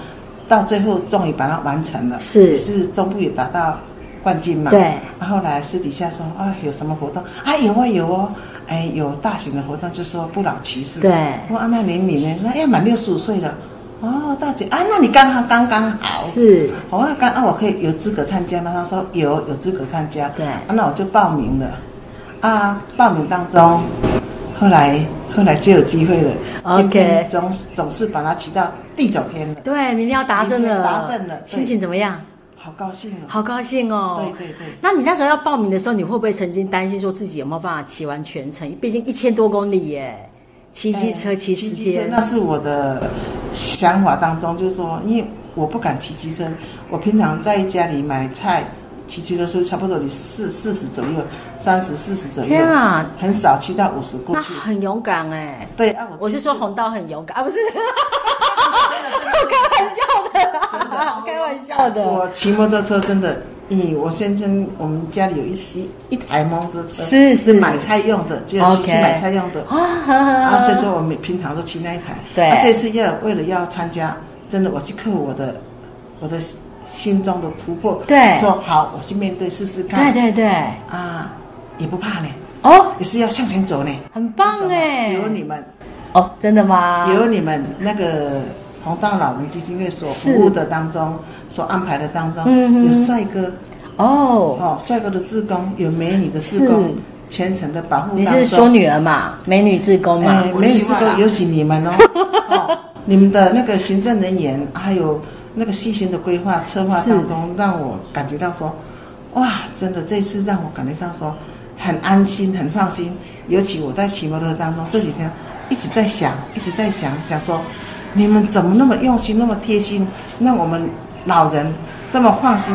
[SPEAKER 14] 到最后终于把它完成了，
[SPEAKER 2] 是
[SPEAKER 14] 也是中部也达到冠军嘛。
[SPEAKER 2] 对
[SPEAKER 14] 啊后来私底下说啊，有什么活动啊？有啊有哦，哎，有大型的活动，就说不老骑士。
[SPEAKER 2] 对
[SPEAKER 14] 我说啊，那年龄呢？那要满六十五岁了。哦，大姐啊，那你刚好刚刚好。
[SPEAKER 2] 是
[SPEAKER 14] 哦，那刚啊，我可以有资格参加吗？他说有，有资格参加。
[SPEAKER 2] 对
[SPEAKER 14] 啊那我就报名了。啊，报名当中，后来后来就有机会了。
[SPEAKER 2] OK
[SPEAKER 14] 今天总总是把它提到第九天了，
[SPEAKER 2] 对，明天要达阵
[SPEAKER 14] 明
[SPEAKER 2] 了，
[SPEAKER 14] 天达阵了对
[SPEAKER 2] 心情怎么样？
[SPEAKER 14] 好高兴哦。
[SPEAKER 2] 好高兴哦！
[SPEAKER 14] 对对对
[SPEAKER 2] 那你那时候要报名的时候，你会不会曾经担心说自己有没有办法骑完全程？毕竟一千多公里耶，骑机车
[SPEAKER 14] 哎
[SPEAKER 2] 骑
[SPEAKER 14] 骑
[SPEAKER 2] 十
[SPEAKER 14] 机车
[SPEAKER 2] 天，
[SPEAKER 14] 那是我的想法当中，就是说，因为我不敢骑机车，我平常在家里买菜。骑机车出去差不多得四四十左右，三十四十左右，
[SPEAKER 2] 天啊
[SPEAKER 14] 很少骑到五十过
[SPEAKER 2] 那
[SPEAKER 14] 去。
[SPEAKER 2] 很勇敢哎。
[SPEAKER 14] 对啊，
[SPEAKER 2] 我
[SPEAKER 14] 我
[SPEAKER 2] 是
[SPEAKER 14] 这
[SPEAKER 2] 说
[SPEAKER 14] 次
[SPEAKER 2] 红道很勇敢啊，不是， 我开玩笑的啦，开玩笑的，
[SPEAKER 14] 我骑摩托车真的，嗯，我先生我们家里有一一一台摩托车，
[SPEAKER 2] 是是
[SPEAKER 14] 是买菜用的，就是去
[SPEAKER 2] OK
[SPEAKER 14] 买菜用的。啊，所以说我们平常都骑那一台。
[SPEAKER 2] 对
[SPEAKER 14] 啊、这次要为了要参加，真的我去克服我的我的心中的突破。
[SPEAKER 2] 对
[SPEAKER 14] 说好，我去面对试试
[SPEAKER 2] 对
[SPEAKER 14] 看。
[SPEAKER 2] 对对，
[SPEAKER 14] 啊，也不怕呢，
[SPEAKER 2] 哦，
[SPEAKER 14] 也是要向前走呢。
[SPEAKER 2] 很棒哎，
[SPEAKER 14] 有你们，
[SPEAKER 2] 哦，真的吗？
[SPEAKER 14] 有你们那个红道老人基金会所服务的当中，所安排的当中，
[SPEAKER 2] 嗯哼
[SPEAKER 14] 有帅哥。
[SPEAKER 2] 哦，
[SPEAKER 14] 哦，帅哥的志工有美女的志
[SPEAKER 2] 是
[SPEAKER 14] 工，全程的保护
[SPEAKER 2] 你
[SPEAKER 14] 当
[SPEAKER 2] 是说
[SPEAKER 14] 中，
[SPEAKER 2] 女儿嘛，美女志工嘛，
[SPEAKER 14] 哎，美女志工有请 你们哦，哦，你们的那个行政人员还有那个细心的规划策划当中，让我感觉到说，哇，真的这次让我感觉到说很安心、很放心。尤其我在骑摩托车当中这几天一直在想，一直在想，想说你们怎么那么用心、那么贴心，让我们老人这么放心。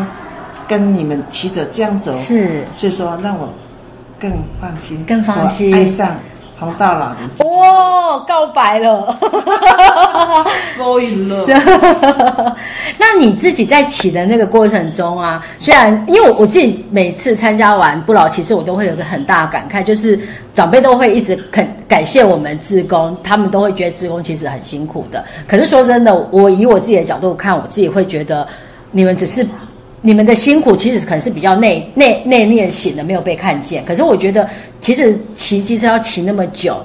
[SPEAKER 14] 跟你们骑着这样走，
[SPEAKER 2] 是
[SPEAKER 14] 所以说让我更放心，
[SPEAKER 2] 更放心
[SPEAKER 14] 我爱上红道老人。
[SPEAKER 2] 哇，告白了，
[SPEAKER 15] 勾引了。
[SPEAKER 2] 那你自己在骑的那个过程中啊，虽然因为我我自己每次参加完不老骑士，我都会有一个很大的感慨，就是长辈都会一直肯感谢我们志工，他们都会觉得志工其实很辛苦的。可是说真的，我以我自己的角度看，我自己会觉得你们只是你们的辛苦其实可能是比较内内内敛型的，没有被看见。可是我觉得，其实骑机车要骑那么久，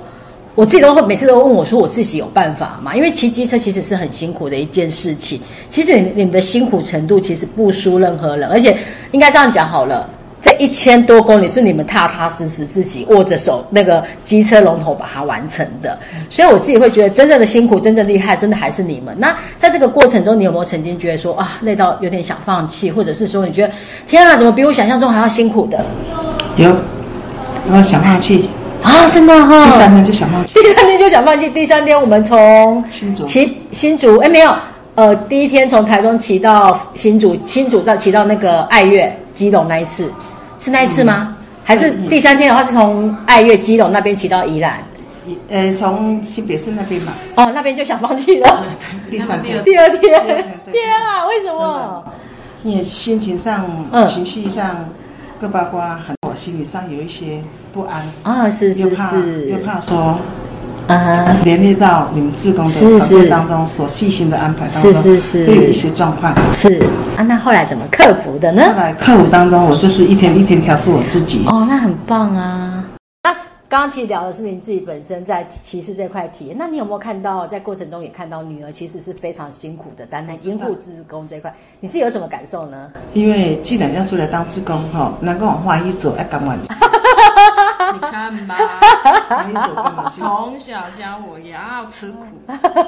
[SPEAKER 2] 我自己都会每次都问我说，我自己有办法吗？因为骑机车其实是很辛苦的一件事情。其实你你们的辛苦程度其实不输任何人，而且应该这样讲好了。这一千多公里是你们踏踏实实自己握着手那个机车龙头把它完成的，所以我自己会觉得真正的辛苦、真正厉害，真的还是你们。那在这个过程中，你有没有曾经觉得说啊，累到有点想放弃，或者是说你觉得天啊，怎么比我想象中还要辛苦的
[SPEAKER 14] 有，我想放弃，
[SPEAKER 2] 啊？真的哈、
[SPEAKER 14] 第三天就想放弃。
[SPEAKER 2] 第三天就想放弃。第三天我们从
[SPEAKER 14] 新竹
[SPEAKER 2] 骑新竹，哎没有，呃，第一天从台中骑到新竹，新竹到骑到那个爱乐基隆那一次，是那一次
[SPEAKER 14] 嗯
[SPEAKER 2] 吗？还是第三天的话是从爱乐基隆那边骑到宜兰？
[SPEAKER 14] 呃，从新北市那边 嘛，
[SPEAKER 2] 哦，那边就想放弃了。
[SPEAKER 14] 第三天
[SPEAKER 2] 第二天
[SPEAKER 14] 嗯第二天，对
[SPEAKER 2] 天啊，为什
[SPEAKER 14] 真的
[SPEAKER 2] 么？
[SPEAKER 14] 因为心情上、
[SPEAKER 2] 嗯
[SPEAKER 14] 情绪上，各包括很我心理上有一些不安，
[SPEAKER 2] 啊，是
[SPEAKER 14] 又
[SPEAKER 2] 是
[SPEAKER 14] 怕
[SPEAKER 2] 是
[SPEAKER 14] 又，怕说
[SPEAKER 2] 啊哈，
[SPEAKER 14] 连累到你们志工
[SPEAKER 2] 是
[SPEAKER 14] 的团
[SPEAKER 2] 是
[SPEAKER 14] 队当中所细心的安排当中，
[SPEAKER 2] 是是是
[SPEAKER 14] 会有一些状况。
[SPEAKER 2] 是啊，那后来怎么克服的呢？
[SPEAKER 14] 后来课舞当中，我就是一天一天调试我自己。
[SPEAKER 2] 哦，那很棒啊。那刚刚其实聊的是你自己本身在骑士这块体验，那你有没有看到在过程中也看到女儿其实是非常辛苦的担任医护职工这一块，你自己有什么感受呢？
[SPEAKER 14] 因为既然要出来当志工吼，难怪我花一走要赶晚，
[SPEAKER 9] 你 看吧，
[SPEAKER 14] 花一走赶晚去。
[SPEAKER 9] 从小教我也要吃苦，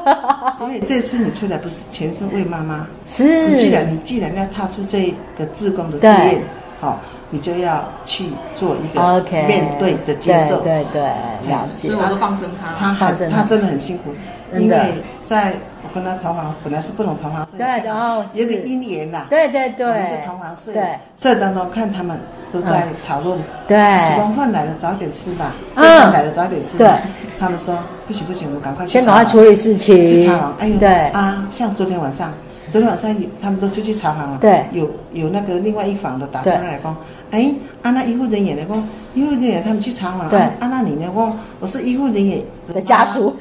[SPEAKER 14] 因为这次你出来不是全是为妈妈，
[SPEAKER 2] 是
[SPEAKER 14] 你既然你既然要踏出这个志工的职
[SPEAKER 2] 嗯对
[SPEAKER 14] 业，好、你就要去做一个
[SPEAKER 2] OK
[SPEAKER 14] 面对的接受。
[SPEAKER 2] 对对对，了解
[SPEAKER 9] 所以。我都放生他。
[SPEAKER 14] 他
[SPEAKER 2] 放
[SPEAKER 14] 很
[SPEAKER 2] 生
[SPEAKER 14] 他真的很辛苦，
[SPEAKER 2] 真
[SPEAKER 14] 因
[SPEAKER 2] 的
[SPEAKER 14] 为在我跟他同行本来是不能同行，所以
[SPEAKER 2] 对的哦
[SPEAKER 14] 有个
[SPEAKER 2] 是
[SPEAKER 14] 姻缘啦。
[SPEAKER 2] 对对对
[SPEAKER 14] 我们就同行社，
[SPEAKER 2] 对嗯
[SPEAKER 14] 社当中看他们都在讨论，
[SPEAKER 2] 对
[SPEAKER 14] 时光饭来了早点吃吧，
[SPEAKER 2] 嗯
[SPEAKER 14] 饭来了早点吃吧。
[SPEAKER 2] 对
[SPEAKER 14] 他们说不行不行，我们赶快去
[SPEAKER 2] 先
[SPEAKER 14] 查
[SPEAKER 2] 赶快
[SPEAKER 14] 房
[SPEAKER 2] 处理事情
[SPEAKER 14] 去查房，哎呦，
[SPEAKER 2] 对
[SPEAKER 14] 啊，像昨天晚上。昨天晚上他们都出去查房了，
[SPEAKER 2] 对
[SPEAKER 14] 有有那个另外一房的打电话来讲，哎，啊那医护人员来讲，医护人员他们去查房了，
[SPEAKER 2] 对
[SPEAKER 14] 啊那你呢？我我是医护人员哎
[SPEAKER 2] 的家属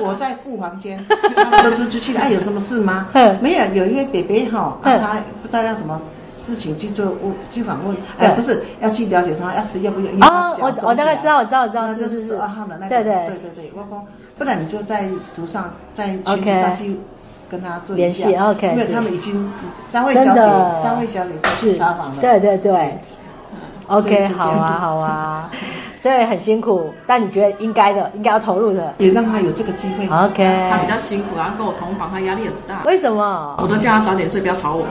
[SPEAKER 14] 我在顾房间，他们都出去了。哎，有什么事 吗
[SPEAKER 2] 嗯？
[SPEAKER 14] 没有，有一位北北 哈，
[SPEAKER 2] 嗯
[SPEAKER 14] 啊他不知道要怎么事情去做问去访问，
[SPEAKER 2] 对
[SPEAKER 14] 哎，不是要去了解他要吃要啊不要？因为他
[SPEAKER 2] 哦，
[SPEAKER 14] 脚
[SPEAKER 2] 我
[SPEAKER 14] 肿
[SPEAKER 2] 我
[SPEAKER 14] 起
[SPEAKER 2] 大概
[SPEAKER 14] 来
[SPEAKER 2] 知道，我知道，我知道，
[SPEAKER 14] 那就是是
[SPEAKER 2] 是
[SPEAKER 14] 二号的那个，
[SPEAKER 2] 对对
[SPEAKER 14] 对对，我讲，不然你就在组上，在群
[SPEAKER 2] OK
[SPEAKER 14] 组上去跟他做一下
[SPEAKER 2] 联系，OK，
[SPEAKER 14] 因为
[SPEAKER 2] 是
[SPEAKER 14] 他们已经三位
[SPEAKER 2] 真
[SPEAKER 14] 小姐
[SPEAKER 2] 的，
[SPEAKER 14] 三位小姐都去
[SPEAKER 2] 是
[SPEAKER 14] 查访了，
[SPEAKER 2] 对对对。
[SPEAKER 14] 所
[SPEAKER 9] 嗯
[SPEAKER 2] OK，
[SPEAKER 14] 以就这样
[SPEAKER 2] 好啊，好 啊，所以很辛苦，但你觉得应该的，应该要投入的。
[SPEAKER 14] 也让他有这个机会。
[SPEAKER 2] OK，
[SPEAKER 9] 他比较辛苦，然后跟我同房，他压力很大。
[SPEAKER 2] 为什么？
[SPEAKER 9] 我都叫他早点睡，不要吵我，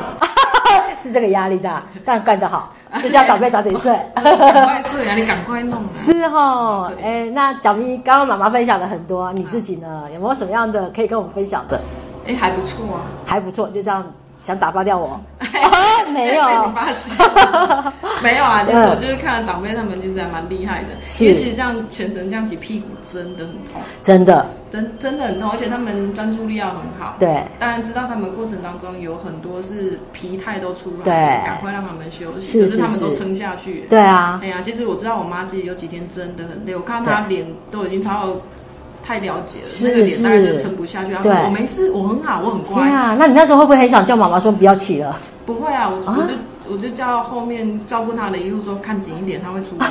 [SPEAKER 2] 是这个压力大，但干得好，就是要早睡早点睡。
[SPEAKER 9] 赶快睡啊！你赶快弄啊。
[SPEAKER 2] 是哈，哎，那小咪刚刚妈妈分享了很多，你自己呢有没有什么样的可以跟我们分享的？
[SPEAKER 9] 嗯哎，还不错啊。
[SPEAKER 2] 还不错，就这样想打发掉 我？ 哦没有嗯
[SPEAKER 9] 被哎你发现了， 没有啊。其实我就是看了长辈他们，其实还蛮厉害的。
[SPEAKER 2] 是
[SPEAKER 9] 因为其实这样全程这样起屁股真的很痛，
[SPEAKER 2] 真的，
[SPEAKER 9] 真真的很痛，而且他们专注力要很好。。
[SPEAKER 2] 对，
[SPEAKER 9] 当然知道他们过程当中有很多是疲态都出来了，
[SPEAKER 2] 对
[SPEAKER 9] 赶快让他们休
[SPEAKER 2] 是
[SPEAKER 9] 息。可是他
[SPEAKER 2] 是
[SPEAKER 9] 们都
[SPEAKER 2] 是
[SPEAKER 9] 撑下去了。
[SPEAKER 2] 对啊
[SPEAKER 9] 哎，呀，其实我知道我妈其实有几天真的很累，我看到她脸都已经超到太了解了，
[SPEAKER 2] 是
[SPEAKER 9] 那个脸大概就是撑不下去。她
[SPEAKER 2] 对
[SPEAKER 9] 说我没事，我很好，我很
[SPEAKER 2] 对
[SPEAKER 9] 乖。
[SPEAKER 2] 啊，那你那时候会不会很想叫妈妈说不要起了？
[SPEAKER 9] 不会啊，我
[SPEAKER 2] 啊
[SPEAKER 9] 我就我就叫后面照顾她的医护说看紧一点，她会出 来。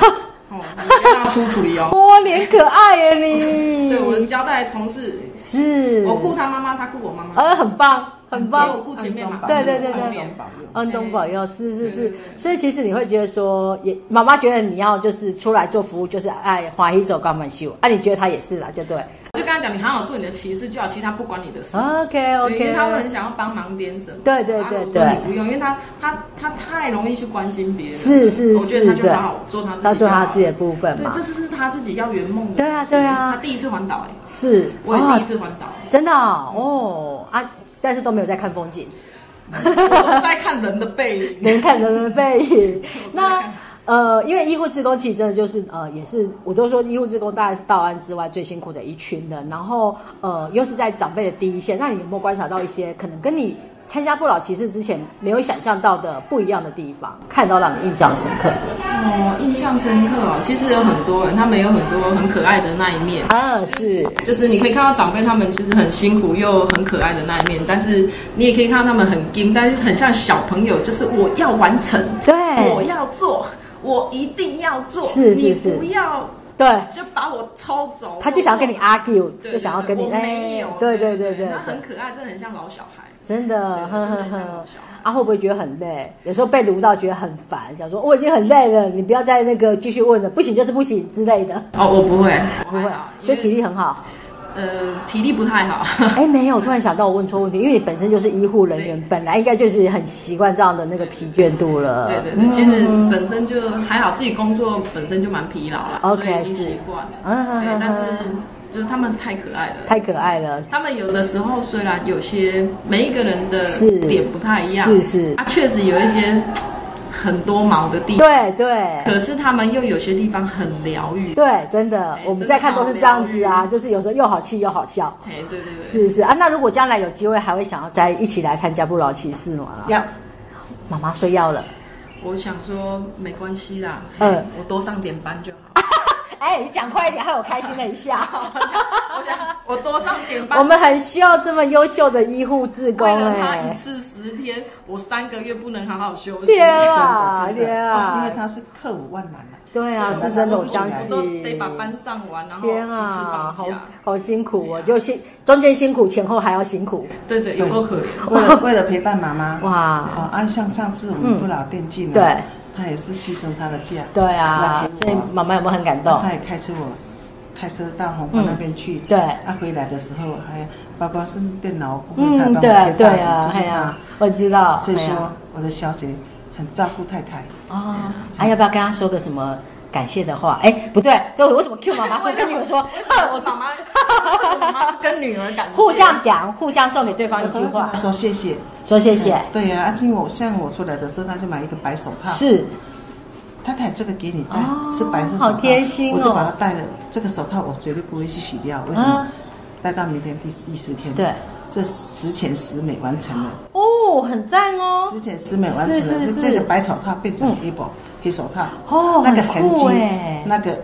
[SPEAKER 9] 哦，你不要让她出处理哦。
[SPEAKER 2] 哇，脸可爱耶你！
[SPEAKER 9] 对，我交代同事，
[SPEAKER 2] 哎是，
[SPEAKER 9] 我顾她妈妈，她顾我妈妈。
[SPEAKER 2] 呃，很棒，很
[SPEAKER 9] 所以我
[SPEAKER 2] 棒，
[SPEAKER 9] 顾前面嘛，
[SPEAKER 2] 对对对对
[SPEAKER 9] 后
[SPEAKER 14] 中
[SPEAKER 9] 面
[SPEAKER 14] 保佑
[SPEAKER 9] 嗯
[SPEAKER 2] 恩东保佑，是是
[SPEAKER 9] 对
[SPEAKER 2] 是
[SPEAKER 9] 对，对
[SPEAKER 2] 所以其实你会觉得说，也妈妈觉得你要就是出来做服务，就是爱华裔走港满秀，啊，你觉得他也是啦，就对
[SPEAKER 9] 就跟他讲，你好好做你的骑士就好，其他不管你的事。
[SPEAKER 2] 啊，OK
[SPEAKER 9] 对因为他会
[SPEAKER 2] OK，
[SPEAKER 9] 很想要帮忙点什么。
[SPEAKER 2] 对对
[SPEAKER 9] 啊
[SPEAKER 2] 对
[SPEAKER 9] 我说
[SPEAKER 2] 对
[SPEAKER 9] 你不用，因为他他他太容易去关心别人。
[SPEAKER 2] 是是
[SPEAKER 9] 我觉得
[SPEAKER 2] 是
[SPEAKER 9] 他就好
[SPEAKER 2] 的
[SPEAKER 9] 好，做他自己就好
[SPEAKER 2] 他做他自己的部分
[SPEAKER 9] 对，
[SPEAKER 2] 嘛
[SPEAKER 9] 这，就是他自己要圆梦的。
[SPEAKER 2] 对啊对啊
[SPEAKER 9] 他第一次环岛哎，
[SPEAKER 2] 是，
[SPEAKER 9] 我也
[SPEAKER 2] 哦
[SPEAKER 9] 第一次环岛。
[SPEAKER 2] 真的哦哦啊，但是都没有在看风景，
[SPEAKER 9] 我都 在看人的背影。
[SPEAKER 2] 能看人的背影。那呃，因为医护志工其实真的就是呃，也是我都说医护志工当然是到案之外最辛苦的一群人，然后呃，又是在长辈的第一线，那你有没有观察到一些可能跟你参加不老骑士之前没有想象到的不一样的地方，看到让你印象深刻的？
[SPEAKER 9] 哦，印象深刻哦。其实有很多人，他们有很多很可爱的那一面。
[SPEAKER 2] 啊，是
[SPEAKER 9] 就是你可以看到长辈他们其实很辛苦又很可爱的那一面，但是你也可以看到他们很硬，但是很像小朋友，就是我要完成，
[SPEAKER 2] 对
[SPEAKER 9] 我要做，我一定要做，
[SPEAKER 2] 是是是
[SPEAKER 9] 你不要
[SPEAKER 2] 对，
[SPEAKER 9] 就把我抽走，
[SPEAKER 2] 他就想要跟你 argue，
[SPEAKER 9] 对，对
[SPEAKER 2] 就想要跟你
[SPEAKER 9] 对我没有，
[SPEAKER 2] 对
[SPEAKER 9] 对
[SPEAKER 2] 对对对，
[SPEAKER 9] 他很可爱，真的很像老小孩。
[SPEAKER 2] 真的，
[SPEAKER 9] 对
[SPEAKER 2] 呵
[SPEAKER 9] 真
[SPEAKER 2] 呵
[SPEAKER 9] 的像
[SPEAKER 2] 呵
[SPEAKER 9] 老小孩。
[SPEAKER 2] 啊，会不会觉得很累？有时候被撸到觉得很烦，想说我已经很累了，你不要再那个继续问了，不行就是不行之类的，
[SPEAKER 9] 哦，我不会，我
[SPEAKER 2] 不会
[SPEAKER 9] 还好，
[SPEAKER 2] 所以体
[SPEAKER 9] 因为
[SPEAKER 2] 力很好。
[SPEAKER 9] 呃体力不太好。
[SPEAKER 2] 哎，没有，我突然想到我问错问题，因为你本身就是医护人 员，本来应该就是很习惯这样的那个疲倦度了。
[SPEAKER 9] 对对对，其实
[SPEAKER 2] 嗯
[SPEAKER 9] 本身就还好，自己工作本身就蛮疲劳了
[SPEAKER 2] OK，
[SPEAKER 9] 所以已经
[SPEAKER 2] 是
[SPEAKER 9] 习惯了。
[SPEAKER 2] 嗯哼
[SPEAKER 9] 对
[SPEAKER 2] 哼，
[SPEAKER 9] 但是
[SPEAKER 2] 哼
[SPEAKER 9] 就是他们太可爱了，
[SPEAKER 2] 太可爱了，
[SPEAKER 9] 他们有的时候虽然有些每一个人的
[SPEAKER 2] 是
[SPEAKER 9] 点不太一样，
[SPEAKER 2] 是是
[SPEAKER 9] 啊，确实有一些很多毛的地方，
[SPEAKER 2] 对对。
[SPEAKER 9] 可是他们又有些地方很疗愈，
[SPEAKER 2] 对，真的
[SPEAKER 9] 哎，
[SPEAKER 2] 我们在看都是这样子
[SPEAKER 9] 真的好
[SPEAKER 2] 啊，
[SPEAKER 9] 疗愈
[SPEAKER 2] 就是有时候又好气又好笑，
[SPEAKER 9] 哎，对对对，
[SPEAKER 2] 是是啊。那如果将来有机会，还会想要再一起来参加不老骑士吗？
[SPEAKER 14] 要
[SPEAKER 2] 妈妈睡药了。
[SPEAKER 9] 我想说没关系啦，
[SPEAKER 2] 嗯
[SPEAKER 9] 嗯，我多上点班就好。
[SPEAKER 2] 哎，你讲快一点，害我开心了一下。
[SPEAKER 9] 我想，我想， 我多上点 班。
[SPEAKER 2] 我们很需要这么优秀的医护志工
[SPEAKER 9] 为了他一
[SPEAKER 2] 哎、
[SPEAKER 9] 次十天，我三个月不能好好休息。
[SPEAKER 2] 天啊，
[SPEAKER 14] 啊，真的
[SPEAKER 2] 天
[SPEAKER 14] 因
[SPEAKER 2] 啊
[SPEAKER 14] 为，他是克五万难啊。
[SPEAKER 2] 对啊，
[SPEAKER 9] 我
[SPEAKER 2] 是真的，我相
[SPEAKER 9] 我都得
[SPEAKER 2] 信
[SPEAKER 9] 把。班上完，然后一次
[SPEAKER 2] 天啊，
[SPEAKER 9] 放
[SPEAKER 2] 好
[SPEAKER 9] 假。
[SPEAKER 2] 好辛苦哦，就辛中间辛苦，前后还要辛苦，
[SPEAKER 9] 对对，有够可怜。
[SPEAKER 14] 为了为了陪伴妈妈，
[SPEAKER 2] 哇，嗯
[SPEAKER 14] 哦，啊，像上次我们不老电竞、啊
[SPEAKER 2] 对，
[SPEAKER 14] 他也是牺牲他的假，
[SPEAKER 2] 对啊
[SPEAKER 14] 来，陪
[SPEAKER 2] 所以
[SPEAKER 14] 我
[SPEAKER 2] 妈妈有没有很感动？
[SPEAKER 14] 他也开车我开车到红花那边去，
[SPEAKER 2] 嗯对
[SPEAKER 14] 啊，回来的时候还包括顺便老公，
[SPEAKER 2] 嗯，
[SPEAKER 14] 他
[SPEAKER 2] 对
[SPEAKER 14] 帮我贴
[SPEAKER 2] 对
[SPEAKER 14] 大
[SPEAKER 2] 啊，
[SPEAKER 14] 纸，就
[SPEAKER 2] 哎
[SPEAKER 14] 是
[SPEAKER 2] 呀
[SPEAKER 14] 他，，
[SPEAKER 2] 我知道，
[SPEAKER 14] 所以
[SPEAKER 2] 哎呀
[SPEAKER 14] 说我的小姐很照顾太太，
[SPEAKER 2] 哦，还、要不要跟他说个什么感谢的话？哎，不对，对，我为什么 Q 妈妈说跟你们说？
[SPEAKER 9] 我妈妈，我妈妈是跟女儿感谢
[SPEAKER 2] 互相讲，互相送给对方一句
[SPEAKER 14] 跟
[SPEAKER 2] 话
[SPEAKER 14] 她，说谢谢，
[SPEAKER 2] 说谢谢。
[SPEAKER 14] 对呀、啊，啊，因为我像我出来的时候，他就买一个白手套，
[SPEAKER 2] 是，
[SPEAKER 14] 太太这个给你戴、
[SPEAKER 2] 哦
[SPEAKER 14] 是白色手套，
[SPEAKER 2] 好贴心哦
[SPEAKER 14] 我就把它戴了，这个手套我绝对不会去洗掉，为什
[SPEAKER 2] 啊
[SPEAKER 14] 么？戴到明天第第十天，
[SPEAKER 2] 对，
[SPEAKER 14] 这十全十美完成了。
[SPEAKER 2] 哦，很赞哦
[SPEAKER 14] 十，全十美完成
[SPEAKER 2] 是
[SPEAKER 14] 了，
[SPEAKER 2] 是是嗯
[SPEAKER 14] 就这个白手套变成黑宝、黑手套，
[SPEAKER 2] 哦
[SPEAKER 14] 那个
[SPEAKER 2] 很
[SPEAKER 14] 痕
[SPEAKER 2] 酷
[SPEAKER 14] 迹
[SPEAKER 2] 欸，
[SPEAKER 14] 那个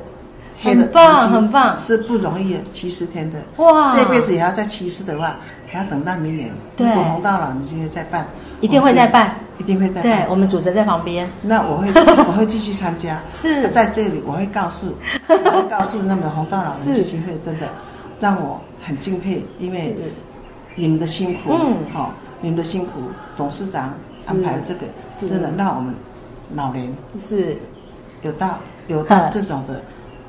[SPEAKER 14] 黑的
[SPEAKER 2] 很棒
[SPEAKER 14] 痕迹
[SPEAKER 2] 很棒
[SPEAKER 14] 是不容易的，七十天的，
[SPEAKER 2] 哇
[SPEAKER 14] 这辈子也要再七十的话，还要等到明年，
[SPEAKER 2] 对
[SPEAKER 14] 如果红到了，你今天再办，哦
[SPEAKER 2] 一定会再办，
[SPEAKER 14] 一定会再
[SPEAKER 2] 对
[SPEAKER 14] 办。
[SPEAKER 2] 我们主持人在旁边，
[SPEAKER 14] 那 我会我会继续参加，
[SPEAKER 2] 是
[SPEAKER 14] 在这里我会告诉， 我会告诉那么红道老
[SPEAKER 2] 是
[SPEAKER 14] 人基金会真的让我很敬佩，因为
[SPEAKER 2] 是
[SPEAKER 14] 你们的辛苦，
[SPEAKER 2] 嗯
[SPEAKER 14] 好、你们的辛苦，董事长安排这个，
[SPEAKER 2] 是
[SPEAKER 14] 真的让我们老年
[SPEAKER 2] 是，
[SPEAKER 14] 有到有到
[SPEAKER 2] 嗯
[SPEAKER 14] 这种的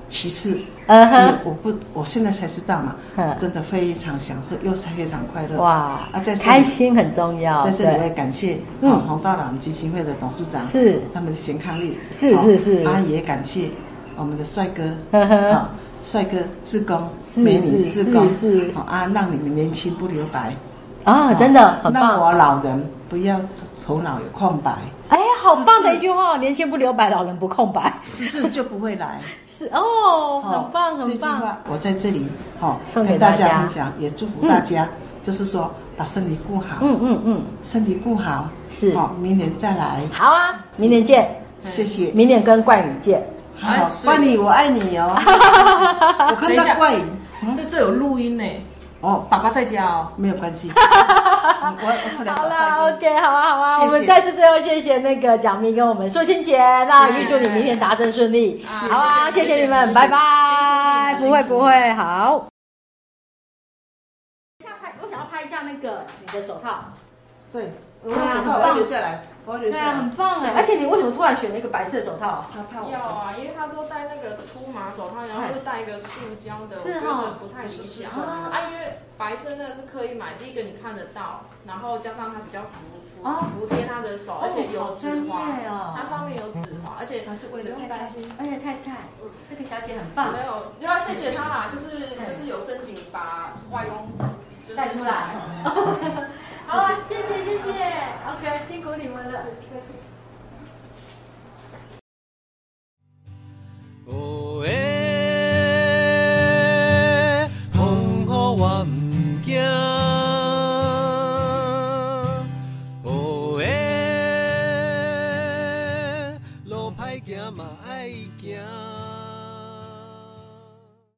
[SPEAKER 14] 其次。
[SPEAKER 2] 嗯
[SPEAKER 14] 因为
[SPEAKER 2] 哼，
[SPEAKER 14] 我不，我现在才知道嘛
[SPEAKER 2] 嗯，
[SPEAKER 14] 真的非常享受，又是非常快乐。
[SPEAKER 2] 哇
[SPEAKER 14] 啊，在这，里
[SPEAKER 2] 开心很重要，
[SPEAKER 14] 在这里我也
[SPEAKER 2] 啊对，
[SPEAKER 14] 感谢
[SPEAKER 2] 嗯
[SPEAKER 14] 嗯红道老人基金会的董事长
[SPEAKER 2] 是
[SPEAKER 14] 他们的贤康力
[SPEAKER 2] 是
[SPEAKER 14] 哦
[SPEAKER 2] 是是
[SPEAKER 14] 啊也感谢我们的帅哥
[SPEAKER 2] 呵呵
[SPEAKER 14] 啊帅哥志工
[SPEAKER 2] 是
[SPEAKER 14] 美女
[SPEAKER 2] 是
[SPEAKER 14] 志工
[SPEAKER 2] 是是
[SPEAKER 14] 哦啊让你们年轻不留白
[SPEAKER 2] 啊，
[SPEAKER 14] 哦
[SPEAKER 2] 真的很
[SPEAKER 14] 让
[SPEAKER 2] 棒，
[SPEAKER 14] 我老人不要头脑有空白，
[SPEAKER 2] 哎，好棒的
[SPEAKER 14] 是
[SPEAKER 2] 一句话，年轻不留白，老人不空白，
[SPEAKER 14] 失智就不会来。
[SPEAKER 2] 是 哦，
[SPEAKER 14] 哦
[SPEAKER 2] 很棒
[SPEAKER 14] 这
[SPEAKER 2] 很
[SPEAKER 14] 句
[SPEAKER 2] 棒，
[SPEAKER 14] 话我在这里哦
[SPEAKER 2] 送给
[SPEAKER 14] 跟大
[SPEAKER 2] 大家
[SPEAKER 14] 家分享，也祝福大家，就是说把身体顾好，
[SPEAKER 2] 嗯嗯嗯，
[SPEAKER 14] 身体顾好
[SPEAKER 2] 是
[SPEAKER 14] 好，明年再来，
[SPEAKER 2] 好啊，明年见，
[SPEAKER 14] 谢谢。
[SPEAKER 2] 明年跟冠宇见。
[SPEAKER 14] 好，
[SPEAKER 9] 啊是
[SPEAKER 14] 冠哎宇，我爱你 哦。我看
[SPEAKER 9] 等一下嗯
[SPEAKER 14] 到冠宇，
[SPEAKER 9] 这这有录音呢，
[SPEAKER 14] 哦，
[SPEAKER 9] 爸爸在家哦。
[SPEAKER 14] 没有关 系。我我出来
[SPEAKER 2] 好
[SPEAKER 14] 找
[SPEAKER 2] 啦
[SPEAKER 14] 帅哥。
[SPEAKER 2] ，OK，好啊，好啊，
[SPEAKER 14] 谢谢
[SPEAKER 2] 我们再次最后谢谢那个蒋明跟我们说清姐，那预祝你明天达阵顺利，好啊，谢谢你们，拜拜，不会不会，好。我想要拍一下那个你的手套，
[SPEAKER 14] 对，我为什么我要留下来？我要留
[SPEAKER 2] 对
[SPEAKER 14] 下
[SPEAKER 2] 啊，
[SPEAKER 14] 来
[SPEAKER 2] 很。棒哎！而且你为什么突然选了一个白色手套？
[SPEAKER 14] 他怕
[SPEAKER 9] 要
[SPEAKER 14] 我。
[SPEAKER 9] 啊，因为他都戴那个粗麻手套，然后又戴一个塑胶的，
[SPEAKER 2] 是
[SPEAKER 9] 我觉
[SPEAKER 2] 哦
[SPEAKER 9] 得不太理想
[SPEAKER 2] 哦
[SPEAKER 9] 啊。因为白色那个是刻意买，第一个你看得到，然后加上它比较服
[SPEAKER 2] 哦
[SPEAKER 9] 服服贴他的手，而且有指
[SPEAKER 2] 好
[SPEAKER 9] 滑
[SPEAKER 2] 专业哦，
[SPEAKER 9] 它上面有指哎滑，而且
[SPEAKER 14] 他是为
[SPEAKER 9] 不
[SPEAKER 14] 了
[SPEAKER 9] 用
[SPEAKER 14] 太
[SPEAKER 9] 担
[SPEAKER 14] 太。
[SPEAKER 9] 心。
[SPEAKER 2] 而且太太，这个小姐很棒
[SPEAKER 9] 没有，要谢谢他啦，就是就是有申请把外公就是
[SPEAKER 2] 带出 来。好啊，谢谢谢谢，OK，辛苦你们了。
[SPEAKER 1] 哦耶，风雨我毋惊。哦耶，路歹行嘛爱行。